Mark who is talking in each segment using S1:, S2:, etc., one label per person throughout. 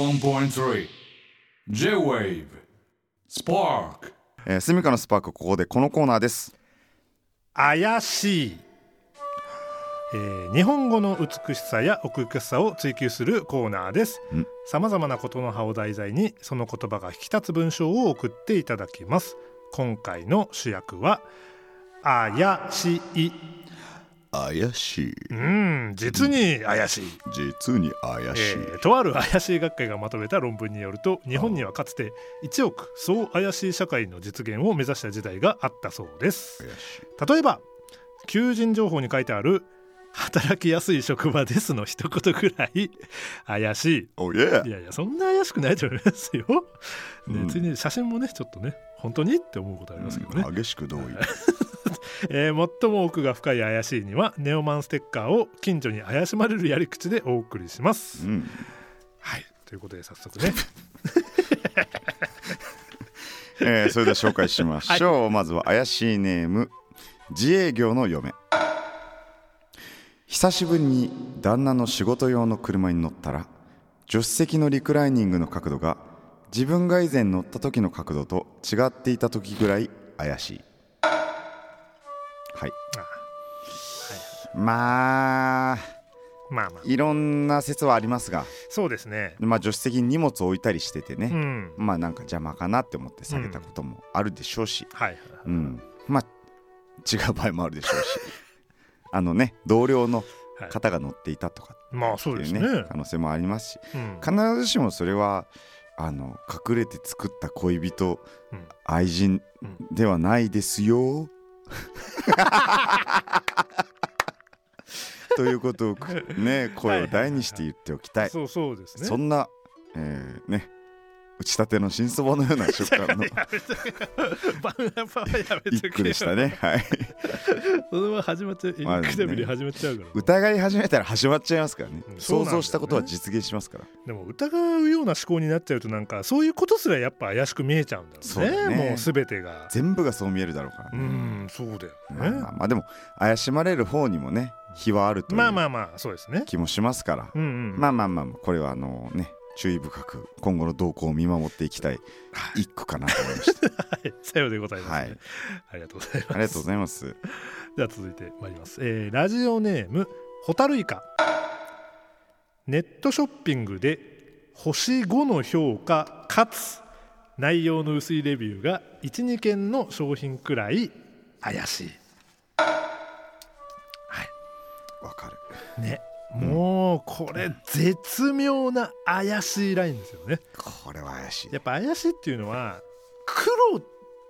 S1: 81.3 J-Wave Spark
S2: えー、スミカのスパークここでこのコーナーです
S3: 怪しい、えー日本語の美しさや奥行きさを追求するコーナーです
S2: うん
S3: さまざまなことの葉を題材にその言葉が引き立つ文章を送っていただきます今回の主役は怪しい
S2: 怪しい
S3: うん実に怪しい、
S2: 実に怪
S3: えーとある怪しい学会がまとめた論文によると日本にはかつて1億総怪しい社会の実現を目指した時代があったそうです
S2: 怪しい
S3: 例えば求人情報に書いてある「働きやすい職場です」の一言くらい怪し
S2: おいえ
S3: いいやいやそんな怪しくないと思いますよ、
S2: うん
S3: ね、ついに写真もねちょっとね本当にって思うことありますけどね、
S2: 激し く同意
S3: えー最も奥が深い怪しいにはネオマンステッカーを近所に怪しまれるやり口でお送りします、
S2: うん
S3: はいということで早速ね
S2: えー、それでは紹介しましょう、まずは怪しいネーム自営業の嫁久しぶりに旦那の仕事用の車に乗ったら助手席のリクライニングの角度が自分が以前乗った時の角度と違っていた時ぐらい怪しいはいまあ
S3: まあまあ
S2: いろんな説はありますが、
S3: そうですね
S2: まあ、助手席に荷物を置いたりしてて
S3: う
S2: ね、
S3: ん
S2: まあなんか邪魔かなって思って下げたこともあるでしょうし、
S3: はい
S2: うん、まあ違う場合もあるでしょ うしあのね同僚の
S3: はい
S2: 方が乗っていたとか
S3: まあそ
S2: っ
S3: う
S2: て
S3: で
S2: い
S3: す
S2: うね、
S3: ね
S2: 可能性もありますし
S3: うん
S2: 必ずしもそれはあの隠れて作った恋人、
S3: うん
S2: 愛人
S3: うん
S2: ではないです よ。ということをね声を大にして言っておきたい。
S3: そうそうですね
S2: そんな、えーね打ち立ての新そばのような食感の
S3: やめとけよ。バナナはやめ
S2: 一
S3: とけ
S2: 句
S3: よ。
S2: でした。ね。はい
S3: そのまま始まっちゃう。
S2: まあ
S3: くたびれ始まっちゃうから。
S2: 疑い始めたら始まっちゃいますからね
S3: うん
S2: 想像したことは実現しますから
S3: でも疑うような思考になっちゃうとなんかそういうことすらやっぱ怪しく見えちゃうんだろう
S2: そう
S3: ね。
S2: だね
S3: もうすべてが。
S2: 全部がそう見えるだろうから
S3: う
S2: ね、
S3: ん、そうだよ
S2: まあまあ
S3: ね。
S2: まあでも怪しまれる方にもね非はあるとい
S3: まあま
S2: う
S3: あまあそうですね。
S2: 気もしますから、
S3: うんうん。
S2: まあまあまあまあこれはあのね注意深く今後の動向を見守っていきたい一句かなと思いました
S3: はい、さようでございます、
S2: はい
S3: ありがとうございます。
S2: ありがとうございます
S3: では続いてまいります、えーラジオネームホタルイカネットショッピングで星5の評価かつ内容の薄いレビューが12件の商品くらい怪し
S2: わかる
S3: いねもうこれ絶妙な怪しいラインですよね
S2: これは怪しい
S3: やっぱ怪しいっていうのは黒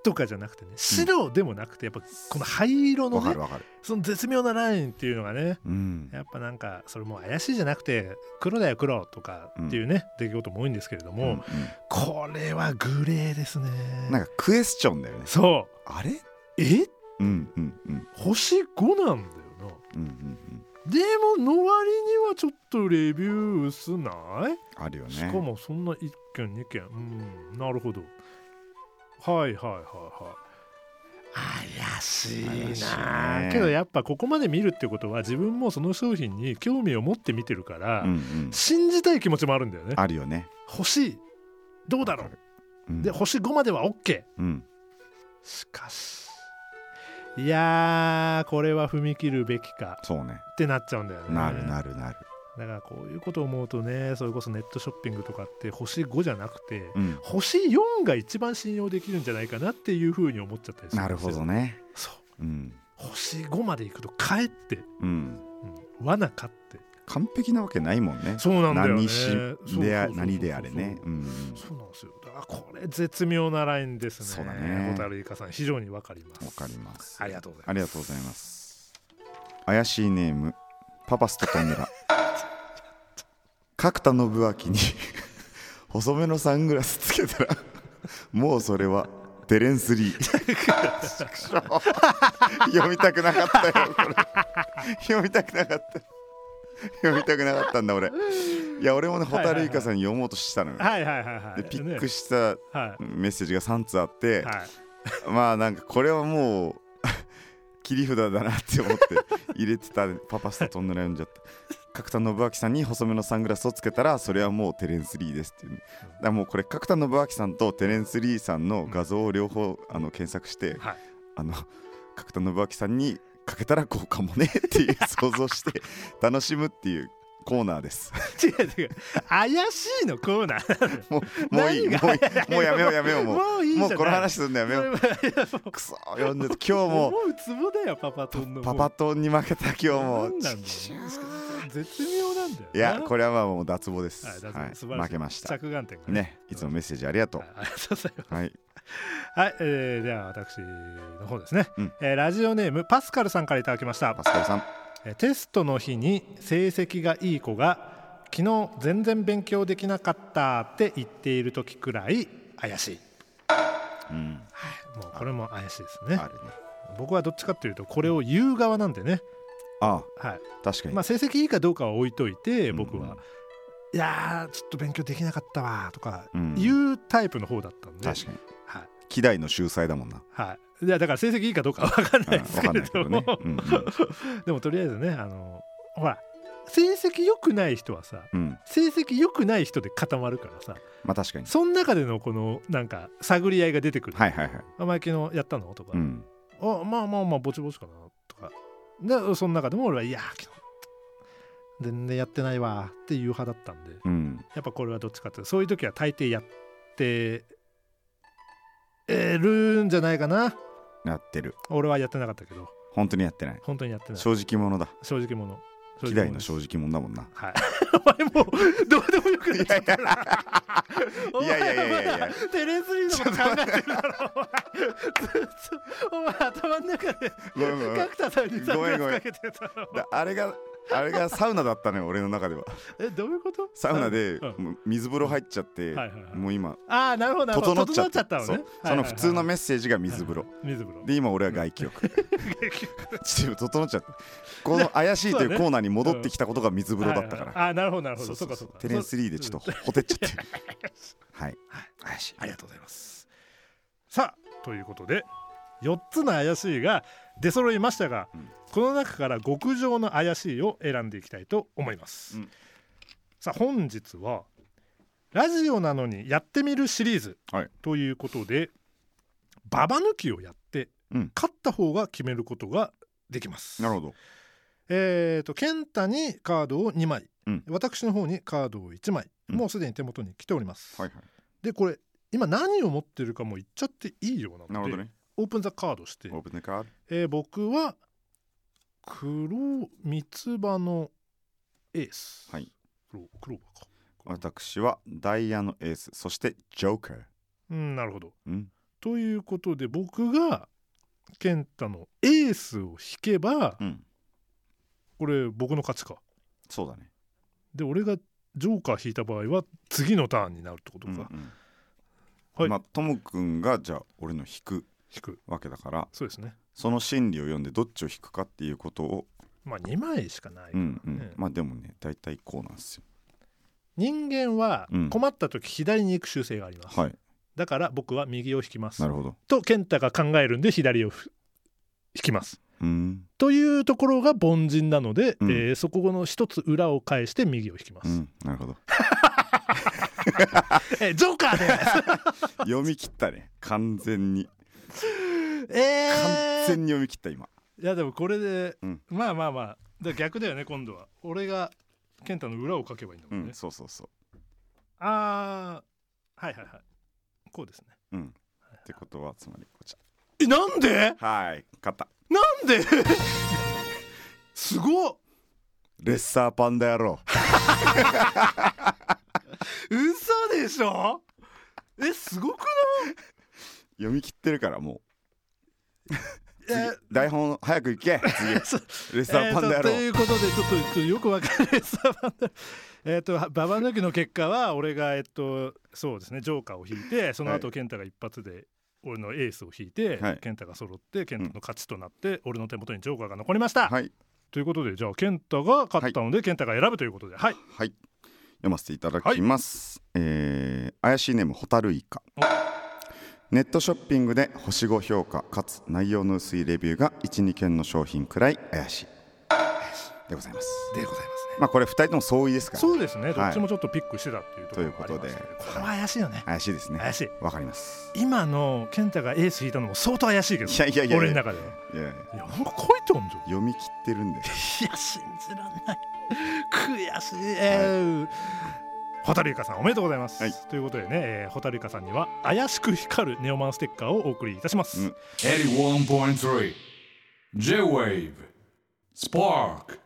S3: とかじゃなくてね白でもなくてやっぱこの灰色の
S2: わか
S3: ね
S2: るわかる
S3: その絶妙なラインっていうのがね
S2: うん
S3: やっぱなんかそれもう怪しいじゃなくて黒だよ黒とかっていうね、出来事も多いんですけれども、
S2: うんうん
S3: これはグレーですね
S2: なんかクエスチョンだよね
S3: そ
S2: あれ
S3: うえ
S2: うんうんうん
S3: 星5な
S2: う
S3: んだよな
S2: んうんうん
S3: でもの割にはちょっとレビュー薄ない、
S2: あるよね
S3: しかもそんな1件2件うんなるほどはいはいはいはい怪しい
S2: 怪しい
S3: な
S2: ね
S3: けどやっぱここまで見るってことは自分もその商品に興味を持って見てるから、
S2: うんうん
S3: 信じたい気持ちもあるんだよね
S2: あるよね
S3: 欲しいどうだろ
S2: わ
S3: う
S2: かるうん
S3: で星5までは OK
S2: うん
S3: しかしいやーこれは踏み切るべきか
S2: そうね
S3: ってなっちゃうんだよね
S2: なるなるなる
S3: だからこういうことを思うとねそれこそネットショッピングとかって星5じゃなくて、
S2: うん
S3: 星4が一番信用できるんじゃないかなっていうふうに思っちゃったりする
S2: な
S3: んです
S2: る
S3: よ
S2: ほどね
S3: そう
S2: うん
S3: 星5まで行くとかえって、
S2: うん
S3: うん、罠かって
S2: 完璧なわけないもんね
S3: そうなんだよね
S2: 何しであ
S3: そうそうそうそう
S2: 何であれねうん
S3: そうなんですよ。だからこれ絶妙なラインですね。
S2: そうだね
S3: ホタルイカさん非常にわかります。
S2: わかります
S3: ありがとうござい
S2: ありがとうございます怪しいネームパパストトムラ角田信明に細めのサングラスつけたらもうそれはテレンスリー読みたくなかったよこれ読みたくなかった読みたくなかったんだ俺いや俺もね
S3: はいはい
S2: 蛍イカさんに読もうとしたのよ、
S3: ます。はいはいはいはい。
S2: でピック
S3: し、
S2: した
S3: は
S2: メッセージが3つあって、
S3: いはい。
S2: まあなんかこれはも う切り札だなって思って入れてたパパスタトンネル読んじゃった角田信明さんに細めのサングラスをつけたらそれはもうテレンス・リーですっていう、ね、だからもうこれ角田信明さんとテレンス・リーさんの画像を両方あの検索して
S3: はい、
S2: あの角田信明さんにかけたらこうかもねっていう想像して楽しむっていうコーナーです
S3: 違う違う怪しいのコーナー
S2: もうもういい
S3: 何
S2: もう
S3: が
S2: いいもうやめようやめようもう
S3: もういいじ
S2: も
S3: ゃ
S2: う
S3: ない
S2: この話すんのやめようくそ読んでた今日
S3: も う
S2: も
S3: ツボだよパパトンの
S2: パパトンに負けた今日
S3: も
S2: も
S3: う何なんだよ絶妙なんだよ
S2: いやこ
S3: れ
S2: れはまあもう脱帽です、
S3: は
S2: はいい
S3: だから素晴らし
S2: 負
S3: い
S2: けました
S3: 着眼点が
S2: ねいつもメッセージありがと
S3: は
S2: う
S3: い、ありがとうございます
S2: はい
S3: はい、えー、では私の方ですね、
S2: うん
S3: えーラジオネームパスカルさんからいただきました
S2: パスカルさん
S3: えーテストの日に成績がいい子が昨日全然勉強できなかったって言っている時くらい怪しい、
S2: うん
S3: はい、もうこれも怪しいですね
S2: あるね
S3: 僕はどっちかっていうとこれを言う側なんでね、
S2: あ
S3: はい
S2: あ確かに、
S3: まあ、成績いいかどうかは置いといて僕
S2: う
S3: は、
S2: ん
S3: いやーちょっと勉強できなかったわとか
S2: うん
S3: 言うタイプの方だったんで、
S2: 確かに
S3: はい
S2: 希代の秀才だもんな
S3: はい、いやだから成績いいかどうかは分かん ないですけれども、
S2: うんわかんないけどね
S3: でもとりあえずねあのほら成績良くない人はさ
S2: うん
S3: 成績良くない人で固まるからさ
S2: まあ確かに
S3: その中でのこのなんか探り合いが出てくる「
S2: はいはい はい
S3: あ前昨日やったの?」とか「
S2: うん
S3: あまあまあまあぼちぼちかな」とかでその中でも俺は「いや昨日全然やってないわ」っていう派だったんで
S2: うん
S3: やっぱこれはどっちかっていうとそういう時は大抵やってえーるんじゃないかな
S2: やってる
S3: 俺はやってなかったけど
S2: 本当にやってない
S3: 本当にやってない
S2: 正直者だ
S3: 正直者
S2: 希代の正
S3: 直
S2: 直
S3: 者
S2: 者だもんな
S3: はいお前もうどうでもよくなっちゃった
S2: いやいやいやいやいや
S3: お前まだテレスリーのこと考えてるだろお前ずっとお前頭の中で
S2: ごめんごめん
S3: 角田さんにサングラ
S2: ごめんご
S3: ス
S2: めん
S3: かけてたろ
S2: だあれがあれがサウナだったのよ俺の中では
S3: えどういうこと
S2: サウナで
S3: うん
S2: もう水風呂入っちゃって、
S3: はいはいはい
S2: もう今
S3: ああなるほどなるほ
S2: 整
S3: ど
S2: っちゃっ
S3: 整っちゃったたの
S2: そ
S3: ね
S2: うその普通の
S3: 目
S2: メッセージが水風呂、
S3: 水風呂
S2: で今俺は外気 浴チーム整っ ちゃってこの怪しいとい
S3: そうだ
S2: う
S3: ね
S2: コーナーに戻ってきたことが水風呂だったから、
S3: ああーなるほどなるほ
S2: そ
S3: ど
S2: う
S3: そ
S2: そうう
S3: か
S2: そ
S3: そううか
S2: テレンスリーでちょっとほてっち ゃってるはい怪しい
S3: ありがとうございます。さあということで4つの怪しいが出揃いましたが、
S2: ん
S3: この中から極上の怪しいを選んでいきたいと思います。
S2: うん
S3: さあ本日はラジオなのにやってみるシリーズ
S2: はい
S3: ということで、ババ抜きをやって、
S2: うん
S3: 勝った方が決めることができます。
S2: なるほど
S3: えー、と健太にカードを2枚、
S2: うん
S3: 私の方にカードを1枚、
S2: うん
S3: もうすでに手元に来ております。
S2: はいは
S3: でこれ今何を持ってるかも言っちゃっていいようなので
S2: いなるほどね
S3: オープンザカードして
S2: オ、ープンでカー
S3: えー僕は黒三つ葉のエース、
S2: はい
S3: 黒黒葉か、
S2: 私はダイヤのエースそしてジョーカー
S3: うん、なるほど
S2: うん
S3: ということで僕が健太のエースを引けば、
S2: うん
S3: これ僕の勝ちか
S2: そうだね
S3: で俺がジョーカー引いた場合は次のターンになるってこと
S2: う
S3: か、
S2: んう
S3: 引
S2: ん
S3: はい
S2: まあともくんがじゃあ俺の引く
S3: く
S2: わけだから
S3: そうですね
S2: その心理を読んでどっちを引くかっていうことを
S3: まあ2枚しかない、
S2: うんうん、
S3: ええ
S2: まあでもね大体こうなんですよ
S3: 人間は
S2: うん
S3: 困った時左に行く習性があります、
S2: はい
S3: だから僕は右を引きます
S2: なるほど
S3: と健太が考えるんで左をふ引きます
S2: うん
S3: というところが凡人なので、
S2: うん
S3: えーそこの一つ裏を返して右を引きます、
S2: うんなる ほど
S3: えージョーカーで
S2: 読み切ったね完全に
S3: す え
S2: 完
S3: ー
S2: 全に読み切った今
S3: いやでもこれで、
S2: うん
S3: まあまあまあだから逆だよね今度は俺が健太の裏を書けばいいんだ
S2: う
S3: もん
S2: ん
S3: ね、
S2: そうそうそ
S3: あーはいはいはいこうですね
S2: ううんってことはつまりこち
S3: えなんで
S2: らはい勝った
S3: なんで すごっ
S2: レッサーパンダ野郎
S3: 嘘でしょえすごく
S2: 読み切ってるからもう
S3: ない
S2: 次
S3: えー
S2: 台本早く行け 次レ
S3: そう
S2: ッサーパンダ野郎、
S3: えーとということでちょっとちょっとよくわかんないですえっとババ抜きの結果は俺がえっとそうですねジョーカーを引いてその後健太が一発で俺のエースを引いて、
S2: はい
S3: 健太が揃って健太の勝ちとなって、俺の手元にジョーカーが残りました、
S2: はい
S3: ということでじゃあ健太が勝ったので、健太が選ぶということではい
S2: はい読ませていただきます、えー怪しいネームホタルイカネットショッピングで星5評価かつ内容の薄いレビューが12件の商品くらい怪しいでございます
S3: でございますね
S2: まあこれ2人とも相違ですから
S3: そうです
S2: は
S3: ね、
S2: い
S3: どっちもちょっとピックしてたっていうところもありましたけ
S2: という
S3: ど
S2: ことで
S3: これは怪しいよね、
S2: 怪しいですね
S3: 怪しい
S2: わかります
S3: 今の健太がエース引いたのも相当怪しいけど
S2: いやいやいや
S3: 俺の中ではい
S2: やいや
S3: いやなんか書いてあんじゃん
S2: 読み切ってるんで
S3: いや信じらんない悔しい、えーホタルイカさんおめでとうございます、
S2: はい
S3: ということでね、えー、ホタルイカさんには怪しく光るネオマンステッカーをお送りいたします、
S2: うん
S1: 81.3 J-Wave Spark